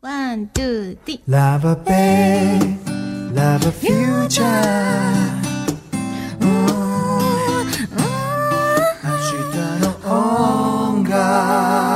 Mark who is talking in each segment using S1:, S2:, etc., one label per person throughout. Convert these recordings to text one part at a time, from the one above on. S1: ワン、ツー、ティ
S2: Love a bay, love a future. Ooh, 明日の音楽。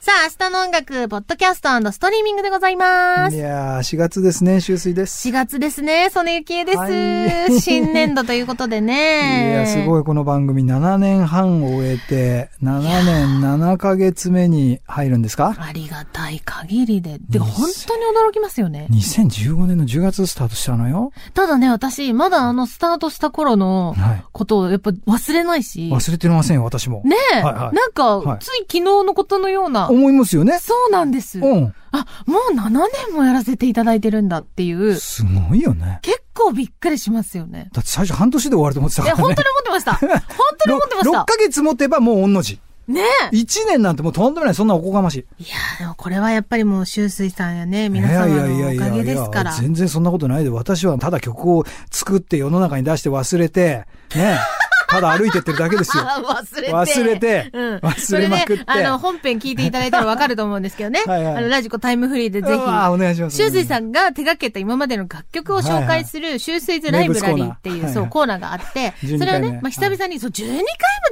S1: さあ、明日の音楽、ポッドキャストストリーミングでございます
S2: い。やー、4月ですね、秋水です。
S1: 4月ですね、曽根幸恵です、
S2: はい
S1: 新年度ということで
S2: い
S1: ね。
S2: や、すごいこの番組7年半を終えて、7年7ヶ月目に入るんですか
S1: ありがたい限りで。てか、
S2: うん
S1: 本当に驚きますよね。
S2: ?2015 年の10月スタートしたのよ。
S1: ただね、私、まだあの、スタートした頃の
S2: はい。
S1: ことを、やっぱ忘れないし。
S2: 忘れてませんよ、私も。
S1: ねえ、
S2: はいはい
S1: なんか、
S2: はい
S1: つい昨日のことのような。
S2: 思いますよね。
S1: そうなんです。
S2: うん。
S1: あ、もう7年もやらせていただいてるんだっていう、
S2: すごいよね。
S1: 結構びっくりしますよね。
S2: だって最初半年で終わると思ってた
S1: い
S2: か
S1: や、
S2: らね。
S1: 本当に思ってま した。本当に思ってまし
S2: 6,
S1: た。
S2: ヶ月持てばもう御の字。
S1: ねえ。
S2: 1年なんてもうとんでもない、そんなおこがましい。
S1: いやー、でもこれはやっぱりもう、周水さんやね、皆様のおかげですから。
S2: 全然そんなことないで、私はただ曲を作って世の中に出して忘れて、 ね、ただ歩いてってるだけですよ。
S1: あ忘れて。
S2: 忘れて
S1: うん。
S2: 忘れまくって
S1: それね、あの、本編聞いていただいたらわかると思うんですけどね。
S2: はいはい
S1: あの、ラジコタイムフリーでぜ
S2: うわー
S1: ひ。
S2: お願いします。
S1: シュウスイさんが手掛けた今までの楽曲を紹介する、シュウスイズライブラリーって
S2: 名
S1: い
S2: 物コ
S1: う、
S2: ーナー
S1: そ
S2: は
S1: う、
S2: い
S1: コーナーがあって、そ
S2: 12
S1: れは
S2: 回
S1: ね
S2: 目、
S1: まあ、久々に、そう、12回も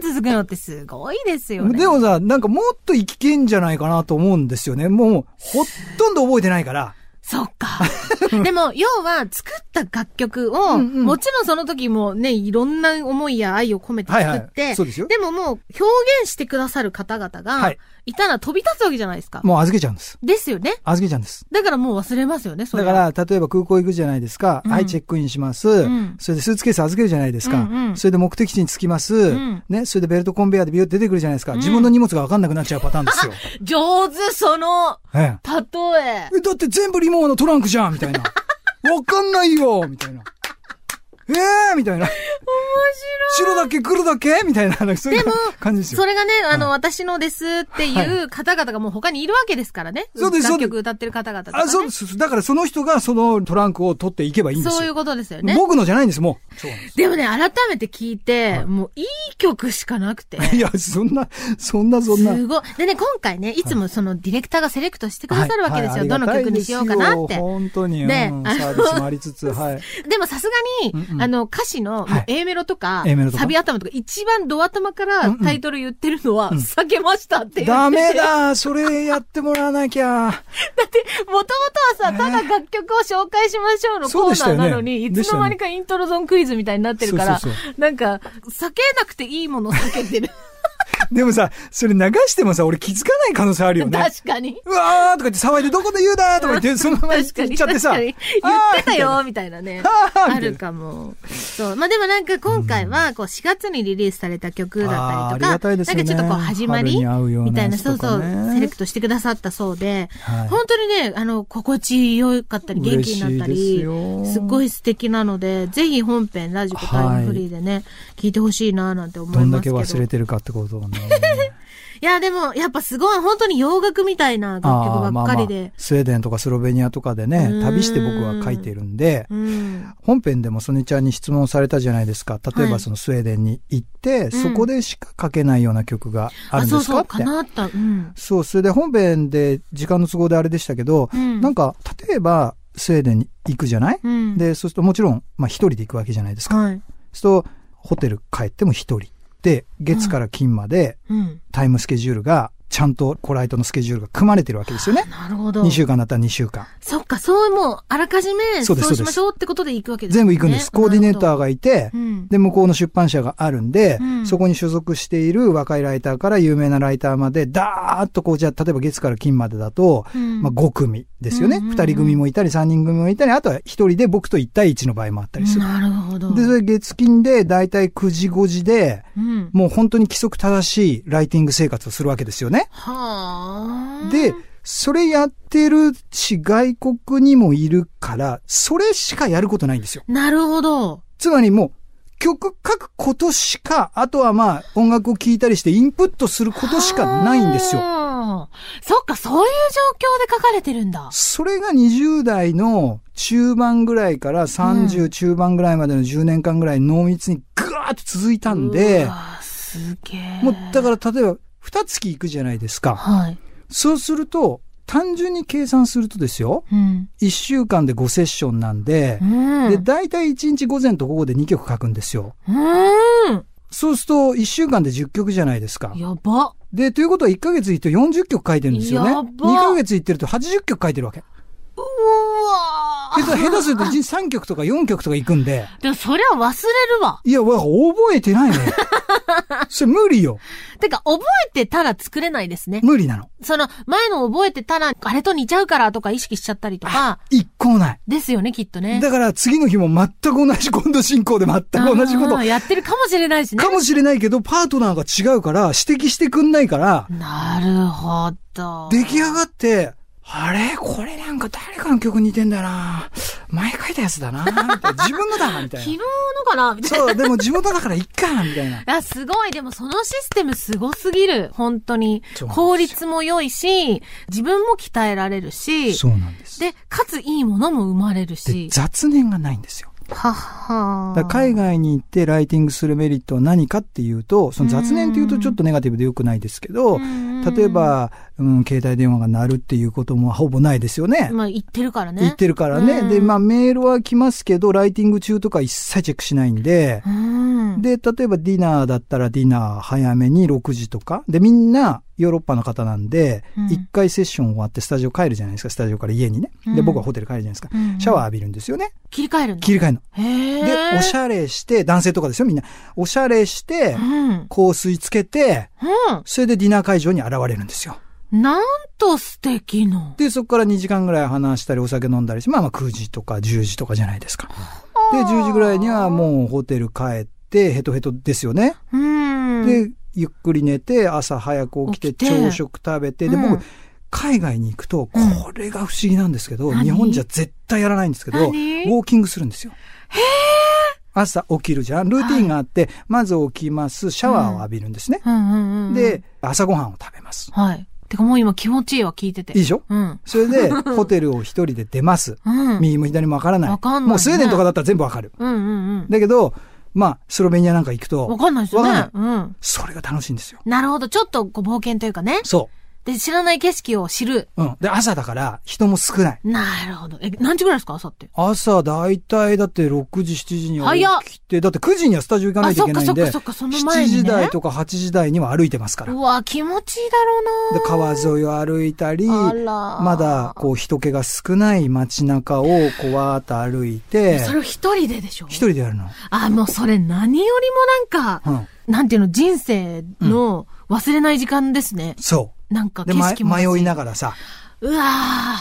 S1: 続くのってすごいですよね。
S2: でもさ、なんかもっと生きけんじゃないかなと思うんですよね。もう、ほとんど覚えてないから。
S1: そっか。 でも、要は、作った楽曲を、
S2: うんうん
S1: もちろんその時もね、いろんな思いや愛を込めて作って、
S2: はいはいそうですよ
S1: ももう、表現してくださる方々
S2: は
S1: が
S2: い、
S1: いたら飛び立つわけじゃないですか。
S2: もう預けちゃうんです。
S1: ですよね。
S2: 預けちゃうんです。
S1: だからもう忘れますよね、それ
S2: だ
S1: は。
S2: から、例えば空港行くじゃないですか。
S1: うん
S2: はい、チェックインします、
S1: ん
S2: それでスーツケース預けるじゃないです
S1: う
S2: か。
S1: んうん
S2: それで目的地に着きます、
S1: ん
S2: ね。それでベルトコンベヤーでビューって出てくるじゃないですか。
S1: うん
S2: 自分の荷物がわかんなくなっちゃうパターンですよ。
S1: 上手、その、
S2: え
S1: 例え。
S2: え。えだって全部リモーのトランクじゃんみたいな。わかんないよみたいな。ええー、みたいな。面白い。白だけ黒だけみたいな、なんかそういう
S1: でも
S2: 感じですよ。
S1: それがね、あの、
S2: は
S1: 私のですっていう方々がもう他にいるわけですからね。
S2: そうですそう
S1: 楽
S2: です
S1: 曲歌ってる方々とか、ね。
S2: あ、そうです。だからその人がそのトランクを取っていけばいいんですよ。
S1: そういうことですよね。
S2: 僕のじゃないんです、もう。そうなんです
S1: でもね、改めて聞いて、
S2: はい
S1: もういい曲しかなくて。
S2: いや、そんな、そんな、そんな。
S1: すごい。でね、今回ね、いつもそのディレクターがセレクトしてくださるわけですよ。
S2: はい
S1: どの曲にしようかな
S2: あり
S1: っ
S2: がたいんです
S1: て
S2: よ。本当に。
S1: ね
S2: うん、サ
S1: あの
S2: ービスもあり つつ、はい。
S1: でもさすがに、
S2: うんうん
S1: あの、歌詞の、もう
S2: はい
S1: A メロとか、
S2: A メロとか
S1: サビ頭とか、一番ド頭からタイトル言ってるのは、避けましたっていう。
S2: ダメだそれやってもらわなきゃ。
S1: もともとはさ、ただ楽曲を紹介しましょうの
S2: そ
S1: コ
S2: う
S1: ー
S2: でし
S1: ナ
S2: た
S1: ー
S2: よね
S1: なのに、い
S2: で
S1: つ
S2: した
S1: の
S2: よね
S1: 間にかイントロゾーンクイズみたいになってるから、
S2: そうそう
S1: なんか、避けなくていいもの避けてる。
S2: でもさ、それ流してもさ、俺気づかない可能性あるよね。
S1: 確かに。
S2: うわーとか言って騒いでどこで言うだーとか言って、そのまま言っ
S1: 確かに。
S2: ちゃってさ。
S1: 確かに言ってたよ、みたいなね。
S2: あー
S1: ある。かも。そう。まあ、でもなんか今回は、こう、4月にリリースされた曲だったりと
S2: あーあり
S1: か、
S2: がたいです
S1: な
S2: よ
S1: ん
S2: ね
S1: かちょっとこう、始まり
S2: 春に合うような
S1: みたいな、
S2: やつ
S1: そう
S2: と
S1: そ
S2: か
S1: う
S2: ね、
S1: セレクトしてくださったそうで、
S2: はい
S1: 本当にね、あの、心地よかったり、元気になった
S2: 嬉し
S1: り、
S2: いですよ
S1: すっごい素敵なので、ぜひ本編、ラジコタイムフリーでね、聞いてほしいななんて思い
S2: どん
S1: ま
S2: だ
S1: すけ
S2: け
S1: ど。
S2: 忘れてるかってこ とをね。
S1: いや、でも、やっぱすごい、本当に洋楽みたいな楽
S2: ああ、
S1: 曲
S2: ま
S1: ば
S2: あ
S1: っ
S2: ま
S1: か
S2: あ
S1: りで。、
S2: スウェーデンとかスロベニアとかでね
S1: うーん、
S2: 旅して僕は書いてるんで、
S1: うん。
S2: 本編でもソネちゃんに質問されたじゃないですか。例え
S1: は
S2: ば
S1: い
S2: そのスウェーデンに行って、そこでしか書けないような曲があるんで
S1: そう
S2: すか
S1: そ
S2: っ
S1: う、か
S2: て。
S1: なった。うん。
S2: そう、それで本編で時間の都合であれでしたけど、
S1: うん
S2: なんか、例えばスウェーデンに行くじゃない、
S1: うん。、
S2: で、そうするともちろん、まあ一人で行くわけじゃないですか。
S1: はい。
S2: そうすると、ホテル帰っても一人。で、月から金まで
S1: うん。
S2: タイムスケジュールが、ちゃんとコライトのスケジュールが組まれてるわけですよね。
S1: なるほど。
S2: 2週間だったら2週間。
S1: そっか、そうもう、あらかじめ、そ
S2: そううです
S1: しましょうってことで行くわけですね。
S2: 全部行くんです。コーディネーターがいて、
S1: うん。
S2: で、向こうの出版社があるんで、
S1: うん
S2: そこに所属している若いライターから有名なライターまで、だーっとこう、じゃあ、例えば月から金までだと、
S1: うん
S2: まあ、5組ですよね。
S1: う
S2: 二
S1: んうんうん
S2: 2人組もいたり、3人組もいたり、あとは1人で僕と1対1の場合もあったりする。
S1: なるほど。
S2: で、それ月金で、だいたい9時5時で、
S1: うん。
S2: もう本当に規則正しいライティング生活をするわけですよね。
S1: はあ。
S2: で、それやってるし、外国にもいるから、それしかやることないんですよ。
S1: なるほど。
S2: つまりもう、曲書くことしか、あとはまあ、音楽を聴いたりしてインプットすることしかないんですよ。
S1: よ。そっか、そういう状況で書かれてるんだ。
S2: それが20代の中盤ぐらいから
S1: う
S2: 30中盤ぐらいまでの10年間ぐらい濃密にぐわーっと続いたん
S1: う
S2: で、
S1: わすげえ。
S2: もうだ
S1: ら、
S2: から例えば、二月行くじゃないですか。
S1: はい。
S2: そうすると、単純に計算するとですよ、
S1: うん。
S2: 1週間で5セッションなんで、
S1: うん。
S2: で、大体1日午前と午後で2曲書くんですよ。
S1: うん。
S2: そうすると、1週間で10曲じゃないですか。
S1: やば。
S2: で、ということは1ヶ月行って40曲書いてるんですよね。
S1: やば
S2: 2ヶ月行ってると80曲書いてるわけ。
S1: うわ
S2: 下
S1: ー
S2: 手下手すると3曲とか4曲とか行くんで、
S1: でもそりゃ忘れるわ。
S2: いや、わ覚えて ないね。それ無理よ。
S1: てか、覚えてたら作れないですね。
S2: 無理なの。
S1: その、前の覚えてたら、あれと似ちゃうからとか意識しちゃったりとか、
S2: 一個もない。
S1: ですよね、きっとね。
S2: だから次の日も全く同じ今度進行で全く同じこと
S1: あーやってるかもしれないしね
S2: か。もしれないけど、パートナーが違うから指摘してくんないから、
S1: なるほど。
S2: 出来上がって、あれこれなんか誰かの曲似てんだな前書いたやつだなみたいな自分のだみ た
S1: 昨
S2: い
S1: 日
S2: な。
S1: のかなみたい
S2: そう、でも自分のだからいっかみたいな。
S1: な。あ、すごい。でもそのシステムすごすぎる。本当に
S2: そうなんですよ。
S1: 効率も良いし、自分も鍛えられるし、
S2: そうなんです。
S1: で、かついいものも生まれる
S2: で
S1: し。
S2: 雑念がないんですよ。
S1: はっは
S2: だから海外に行ってライティングするメリットは何かっていうと、その雑念っていうとちょっとネガティブで良くないですけど、
S1: 外
S2: 例え、ば、うん、携帯電話が鳴るっていうこともほぼないですよね。
S1: まあ言ってるからね。
S2: 言ってるからね。
S1: うん
S2: で、まあメールは来ますけど、ライティング中とか一切チェックしないんで、
S1: うん。
S2: で、例えばディナーだったらディナー早めに6時とか。で、みんなヨーロッパの方なんで、
S1: うん
S2: 1回セッション終わってスタジオ帰るじゃないですか、スタジオから家にね。で、
S1: うん
S2: 僕はホテル帰るじゃないですか。
S1: うん
S2: シャワー浴びるんですよね。
S1: 切り替えるんだ。
S2: 切り替えるの。
S1: へえ。
S2: で、おしゃれして、男性とかですよ、みんな。おしゃれして、
S1: うん。
S2: 香水つけて、
S1: う
S2: それでディナー会場に現れるんですよ。
S1: ん。なんと素敵な。
S2: で、そこから2時間ぐらい話したり、お酒飲んだりして、まあまあ9時とか10時とかじゃないですか。で、10時ぐらいにはもうホテル帰って、ヘトヘトですよね。
S1: うん。
S2: で、ゆっくり寝て、朝早く起きて、
S1: 起きて
S2: 朝食食べて、で、
S1: うん
S2: 僕、海外に行くと、
S1: うん
S2: これが不思議なんですけど、
S1: 何
S2: 日本じゃ絶対やらないんですけど、ウ
S1: 何
S2: ォーキングするんですよ。朝起きるじゃん。ルーティンがあって、まず起きます。シャワーを浴びるんですね。
S1: うんうんうん。
S2: で、、朝ごはんを食べます。
S1: はい。てかもう今気持ちいいわ、聞いてて。
S2: いいでしょ
S1: うん。
S2: それ で、ホテルを一人で出ます。
S1: うん。
S2: 右も左もわからない。
S1: わかんないね
S2: もうスウェーデンとかだったら全部わかる。
S1: うんうん
S2: だけど、まあ、スロベニアなんか行く
S1: うん。わ
S2: と、
S1: かんないですよ
S2: わ
S1: ね。
S2: か
S1: うん。
S2: それが楽しいんですよ。
S1: なるほど。ちょっとこう冒険というかね。
S2: そ
S1: で、知らない景色を知る。
S2: う。うん。で、朝だから人も少ない。
S1: なるほど。え、何時ぐらいですか朝って。
S2: 朝、だいたいだって6時、7時には
S1: 早っ
S2: 起きて、だって9時にはスタジオ行かない
S1: あ、
S2: とい
S1: そっ
S2: けな
S1: か
S2: い
S1: そっ
S2: んで、
S1: かそっか、その
S2: 7
S1: 前に、ね。
S2: 時台とか8時台には歩いてますから
S1: う。わ、気持ちいいだろう
S2: で
S1: な、
S2: 川沿いを歩いたり、
S1: あら
S2: まだこう人気が少ない街中をこうわーっと歩いて、
S1: それを一人ででしょ
S2: 一人でやるの。
S1: あ、もうそれ何よりもなんか、
S2: うん。
S1: なんていうの、人生の忘れない時間ですね。
S2: そ
S1: なんか
S2: う。で、
S1: 景
S2: ま
S1: 色も。
S2: 迷いな
S1: が
S2: がらさ。
S1: ら。うわ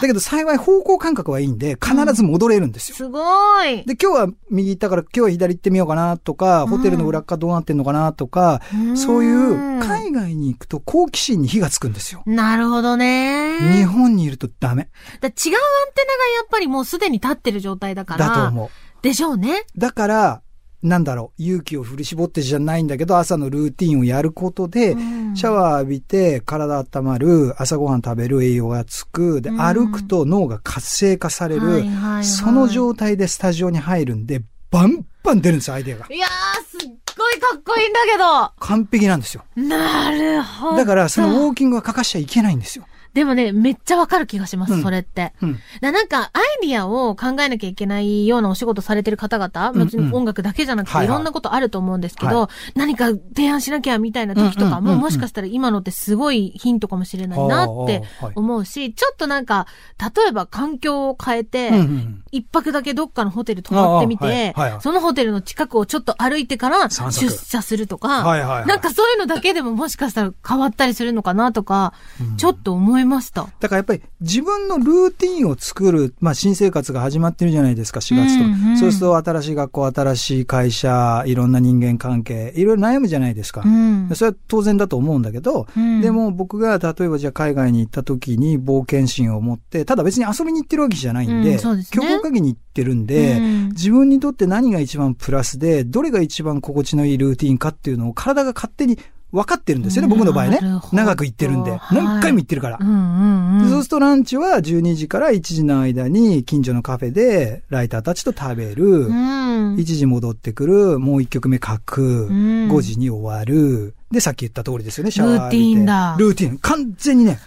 S2: だけど幸い方向感覚はいいんで、必ず戻れるんです
S1: ー
S2: よ。
S1: すごい。
S2: で、今日は右行ったから今日は左行ってみようかなとか、
S1: うん
S2: ホテルの裏っ側どうなってんのかなとか、
S1: うん
S2: そういう海外に行くと好奇心に火がつくんですよ。
S1: なるほどね。
S2: 日本にいるとダメ
S1: だ違うアンテナがやっぱりもうすでに立ってる状態だから。
S2: だと思う。
S1: でしょうね。
S2: だから、なんだろう、勇気を振り絞ってじゃないんだけど、朝のルーティンをやることで、
S1: うん
S2: シャワー浴びて、体温まる、朝ごはん食べる、栄養がつく、で、
S1: うん
S2: 歩くと脳が活性化される、
S1: はいはいはい
S2: その状態でスタジオに入るんで、バンバン出るんですよ、アイデアが。
S1: いやー、すっごいかっこいいんだけど。
S2: 完璧なんですよ。
S1: なるほど。
S2: だから、そのウォーキングは欠かしちゃいけないんですよ。
S1: でもね、めっちゃわかる気がします、
S2: うん
S1: それって。
S2: うん。
S1: だなんか、アイディアを考えなきゃいけないようなお仕事されてる方々、
S2: うんうん
S1: 別に音楽だけじゃなく
S2: はいは
S1: て、い
S2: い
S1: ろんなことあると思うんですけど、
S2: は
S1: 何か提案しなきゃみたいな時とか
S2: うんうんうんう
S1: も、
S2: ん
S1: もしかしたら今のってすごいヒントかもしれないなって
S2: あーはい
S1: 思うし、ちょっとなんか、例えば環境を変えて、
S2: うんうん
S1: 一泊だけどっかのホテル泊まってみて、
S2: ああはいはいはい
S1: そのホテルの近くをちょっと歩いてから
S2: 散
S1: 出
S2: 策
S1: 社すると
S2: は
S1: か、
S2: いはいはい。
S1: なんかそういうのだけでももしかしたら変わったりするのかなとか、
S2: うん
S1: ちょっと思いました。
S2: だからやっぱり自分のルーティンを作る、まあ新生活が始まってるじゃないですか、4月と。
S1: うんうん
S2: そうすると新しい学校、新しい会社、いろんな人間関係、いろいろ悩むじゃないですか。
S1: うん。
S2: それは当然だと思うんだけど、
S1: うん
S2: で、も僕が例えばじゃあ海外に行った時に冒険心を持って、ただ別に遊びに行ってるわけじゃないん
S1: う
S2: で、
S1: んそうですね
S2: 虚構限に行ってるんで、
S1: うん
S2: 自分にとって何が一番プラスで、どれが一番心地のいいルーティンかっていうのを体が勝手に分かってるんですよね、僕の場合ね
S1: なるほ。ど
S2: 長く行ってるんで。
S1: はい
S2: 何回も行ってるから
S1: う。んうんう
S2: で
S1: ん。
S2: そうするとランチは12時から1時の間に近所のカフェでライターたちと食べる。
S1: うん
S2: 1時戻ってくる。もう1曲目書く。
S1: ん
S2: 5時に終わる。で、さっき言った通りですよね、シャワー浴び
S1: ルー
S2: て
S1: ティンだ
S2: ルーティン。完全にね、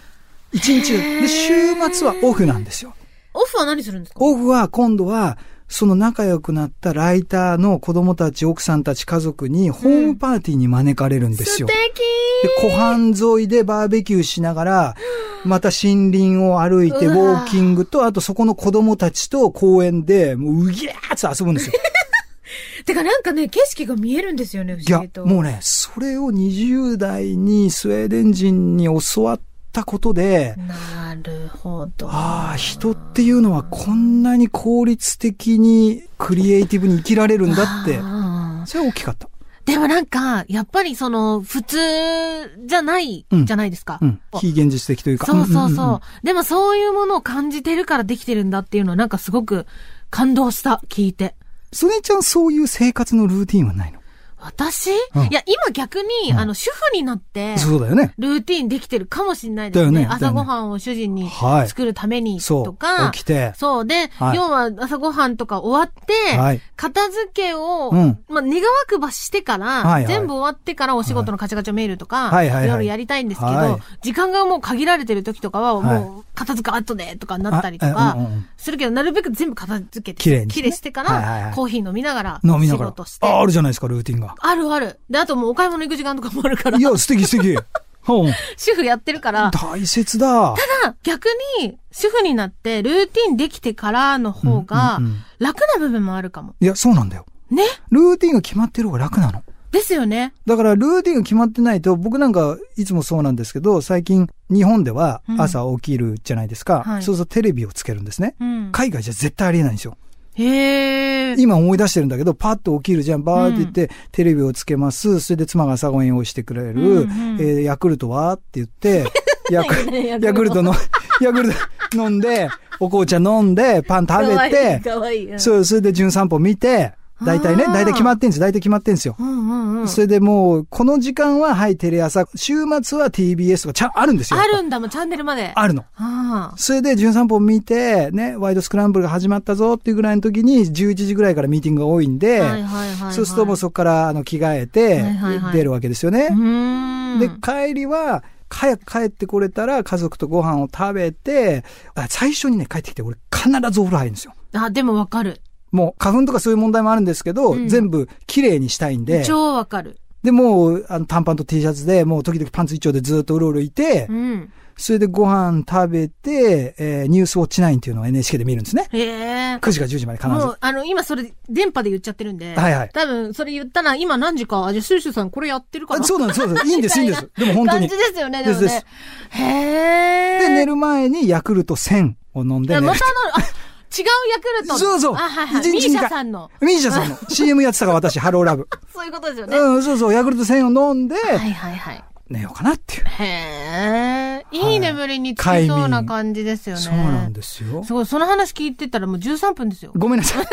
S2: 1日
S1: へ
S2: で。
S1: ー
S2: で、週末はオフなんですよ。
S1: オフは何するんですか
S2: オフは今度は、その仲良くなったライターの子供たち、奥さんたち、家族にホームパーティーに招かれるんです
S1: 素
S2: よ。
S1: 敵
S2: で、湖畔沿いでバーベキューしながら、また森林を歩いてウ
S1: うわ
S2: ォーキングと、あとそこの子供たちと公園で、もううぎゃーって遊ぶんですよ。
S1: てかなんかね、景色が見えるんですよね、不
S2: いや
S1: 思議、と。
S2: もうね、それを20代にスウェーデン人に教わったことで、
S1: なるほど。
S2: ああ、人っていうのはこんなに効率的にクリエイティブに生きられるんだって、
S1: あー
S2: それは大きかった。
S1: でもなんか、やっぱりその、普通じゃないじゃないですか。
S2: うん。非現実的というか。
S1: そうそうそう。
S2: んんん
S1: でもそういうものを感じてるからできてるんだっていうのはなんかすごく感動した、聞いて。
S2: それちゃんそういう生活のルーティンはないの
S1: 私、
S2: うん
S1: いや、今逆に、
S2: うん
S1: あの、主婦になって、
S2: そうだよね。
S1: ルーティンできてるかもしれないです
S2: だ
S1: ね。
S2: よね
S1: 朝ごはんを主人に
S2: はい
S1: 作るために
S2: そ
S1: とか、
S2: う。起きて。
S1: そうで、
S2: はい
S1: 要は朝ごはんとか終わって、
S2: はい。
S1: 片付けを、
S2: うん
S1: まあ、願わくばしてから、
S2: はいはい
S1: 全部終わってからお仕事のカチャカチャメールとか、
S2: はいはいはい
S1: ろいろやりたいんですけど、
S2: はい
S1: 時間がもう限られてる時とかは、
S2: はい
S1: もう片付け後でとかなったりと
S2: あ
S1: か
S2: うんうんうん、
S1: するけど、なるべく全部片付けて、
S2: 綺麗にね
S1: してか
S2: はいはいは
S1: ら
S2: い、
S1: コーヒー飲みながら、
S2: 飲みな
S1: 仕
S2: がら
S1: 事し。て。
S2: あ、あるじゃないですか、ルーティンが。
S1: あるある。で、あともうお買い物行く時間とかもあるから
S2: い、や、素 敵素敵。うん
S1: 主婦やってるから、
S2: 大切だ。
S1: ただ逆に主婦になってルーティンできてからの方が
S2: うんうんうん、
S1: 楽な部分もあるかも。
S2: いや、そうなんだよ。
S1: ね
S2: ルーティンが決まってる方が楽なの。
S1: ですよね。
S2: だからルーティンが決まってないと、僕なんかいつもそうなんですけど、最近日本では朝起きるじゃないですか。
S1: はい
S2: そうするとテレビをつけるんですね。
S1: うん。
S2: 海外じゃ絶対ありえないんですよ。
S1: へ ー。
S2: 今思い出してるんだけど、パッと起きるじゃん、バーって言って、テレビをつけます。それで妻が朝ごはん用意してくれる。
S1: うんうん
S2: えーヤクルトはって 言って、ヤク
S1: ヤクルト
S2: ヤクル トの、ヤクルト飲んで、お紅茶飲んで、パン食べて、
S1: かわいい。
S2: そう、それで純散歩見て、大体ね、
S1: あー
S2: 大体決まってんですよ、大体決まってんですよ。
S1: うん。うんうんうん。
S2: それでもう、この時間は、はい、テレ朝、週末は TBS とか、ちゃん、あるんですよ。
S1: あるんだもん、チャンネルまで。
S2: あるの。
S1: ああ。
S2: それで、純散歩見て、ね、ワイドスクランブルが始まったぞっていうぐらいの時に、11時ぐらいからミーティングが多いんで、
S1: はいはいはいはい。
S2: そうするともうそこから、あの、着替え
S1: はい
S2: て
S1: はいは、い
S2: 出るわけですよね。
S1: うーん。
S2: で、帰りは、早く帰ってこれたら、家族とご飯を食べて、あ最初にね、帰ってきて、俺、必ずお風呂入るんですよ。
S1: あ、でもわかる。
S2: もう、花粉とかそういう問題もあるんですけど、
S1: うん
S2: 全部、綺麗にしたいんで。
S1: 超わかる。
S2: で、もう、あの、短パンと T シャツで、もう時々パンツ一丁でずっとうろうろいて
S1: う、ん。
S2: それでご飯食べて、えーニュースウォッチ9っていうのを NHK で見るんですね。
S1: へえ。
S2: 9時から10時まで必
S1: も
S2: ず。
S1: う、あの、今それ、電波で言っちゃってるんで。
S2: はいはい
S1: 多分、それ言ったら、今何時か、あ、じゃあ、シューシューさんこれやってるか
S2: あ
S1: な
S2: そうなんです、そうな んです。いいんです、いいんです。でも 本当に。
S1: 感じ
S2: で、
S1: ですよね、でも
S2: です
S1: ね。へえ。
S2: 寝る前にヤクルト1000を飲んで
S1: だから
S2: 寝
S1: ま
S2: る
S1: た。あの、あ、違うヤクルト。
S2: そうそう
S1: あ、はいはい。
S2: 一
S1: ミー
S2: 日
S1: シ
S2: に
S1: ャさんの。
S2: ミーシャさんの CM やってたから私、ハローラブ。
S1: そういうことですよね。
S2: うん、そうそう、ヤクルト1000を飲んで、
S1: はいはいはい。
S2: 寝ようかなっていう。
S1: へえ、いい眠りにつきそうな感じですよね。
S2: そうなんですよ。
S1: すごい、その話聞いてたらもう13分ですよ。
S2: ごめんな さい。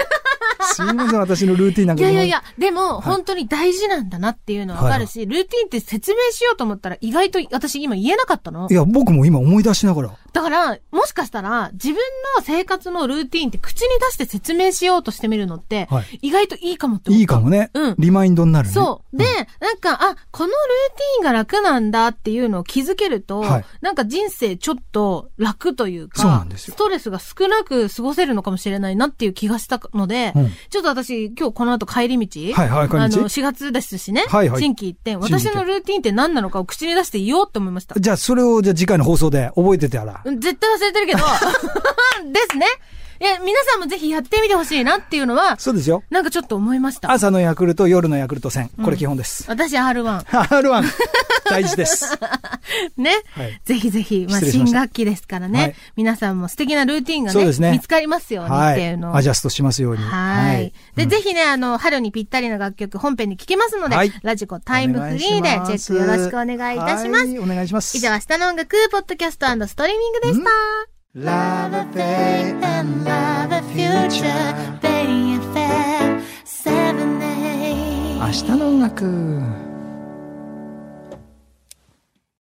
S2: すいません、私のルーティンなん
S1: い
S2: か
S1: や
S2: も
S1: いやいや、でも、本当に大事なんだなっていうのはわかるし、ルーティンって説明しようと思ったら意外と私今言えなかったの
S2: い。や、僕も今思い出しながら。
S1: だから、もしかしたら自分の生活のルーティンって口に出して説明しようとしてみるのって
S2: は、
S1: 意外といいかもって思った。
S2: いいかもね。
S1: うん
S2: リマインドになるね。
S1: そう。で、なんか、あ、このルーティンが楽なんだっていうのを気づけると、
S2: はい
S1: なんか人生ちょっと楽というか、
S2: そうなんですよ
S1: ストレスが少なく過ごせるのかもしれないなっていう気がしたので、
S2: うん
S1: ちょっと私、今日この後帰り道、
S2: はいはい帰り道
S1: あの、4月ですしね、
S2: はいはい
S1: 新規一点、
S2: 新規一
S1: 私
S2: 点
S1: のルーティンって何なのかを口に出して言おうと思いました。
S2: じゃあ、それを、じゃあ次回の放送で覚えてたら。
S1: うん絶対忘れてるけど、 ですね。いや、皆さんもぜひやってみてほしいなっていうのは、
S2: そうですよ。
S1: なんかちょっと思いました。
S2: 朝のヤクルト、夜のヤクルト戦。これ基本です。
S1: 私 R1。
S2: R1、大事です。
S1: ね。
S2: はい
S1: ぜひぜひ、まあ、
S2: 失礼しま
S1: 新
S2: した
S1: 学期ですからね、
S2: はい
S1: 皆さんも素敵なルーティンが
S2: そう
S1: ね
S2: ですね
S1: 見つかりますようにっ
S2: は
S1: ていうのを。
S2: い。アジャストしますように。
S1: はいで、
S2: うん
S1: ぜひね、あの、春にぴったりな楽曲、本編に聴けますので、
S2: はい
S1: ラジコタイムフリーでチェックよろしくお願いいたします。
S2: はいお願いします。
S1: 以上、明日の音楽、ポッドキャストストリーミングでした。
S3: Love a day and love a future. Bay FM 7 8
S2: 明日の音楽。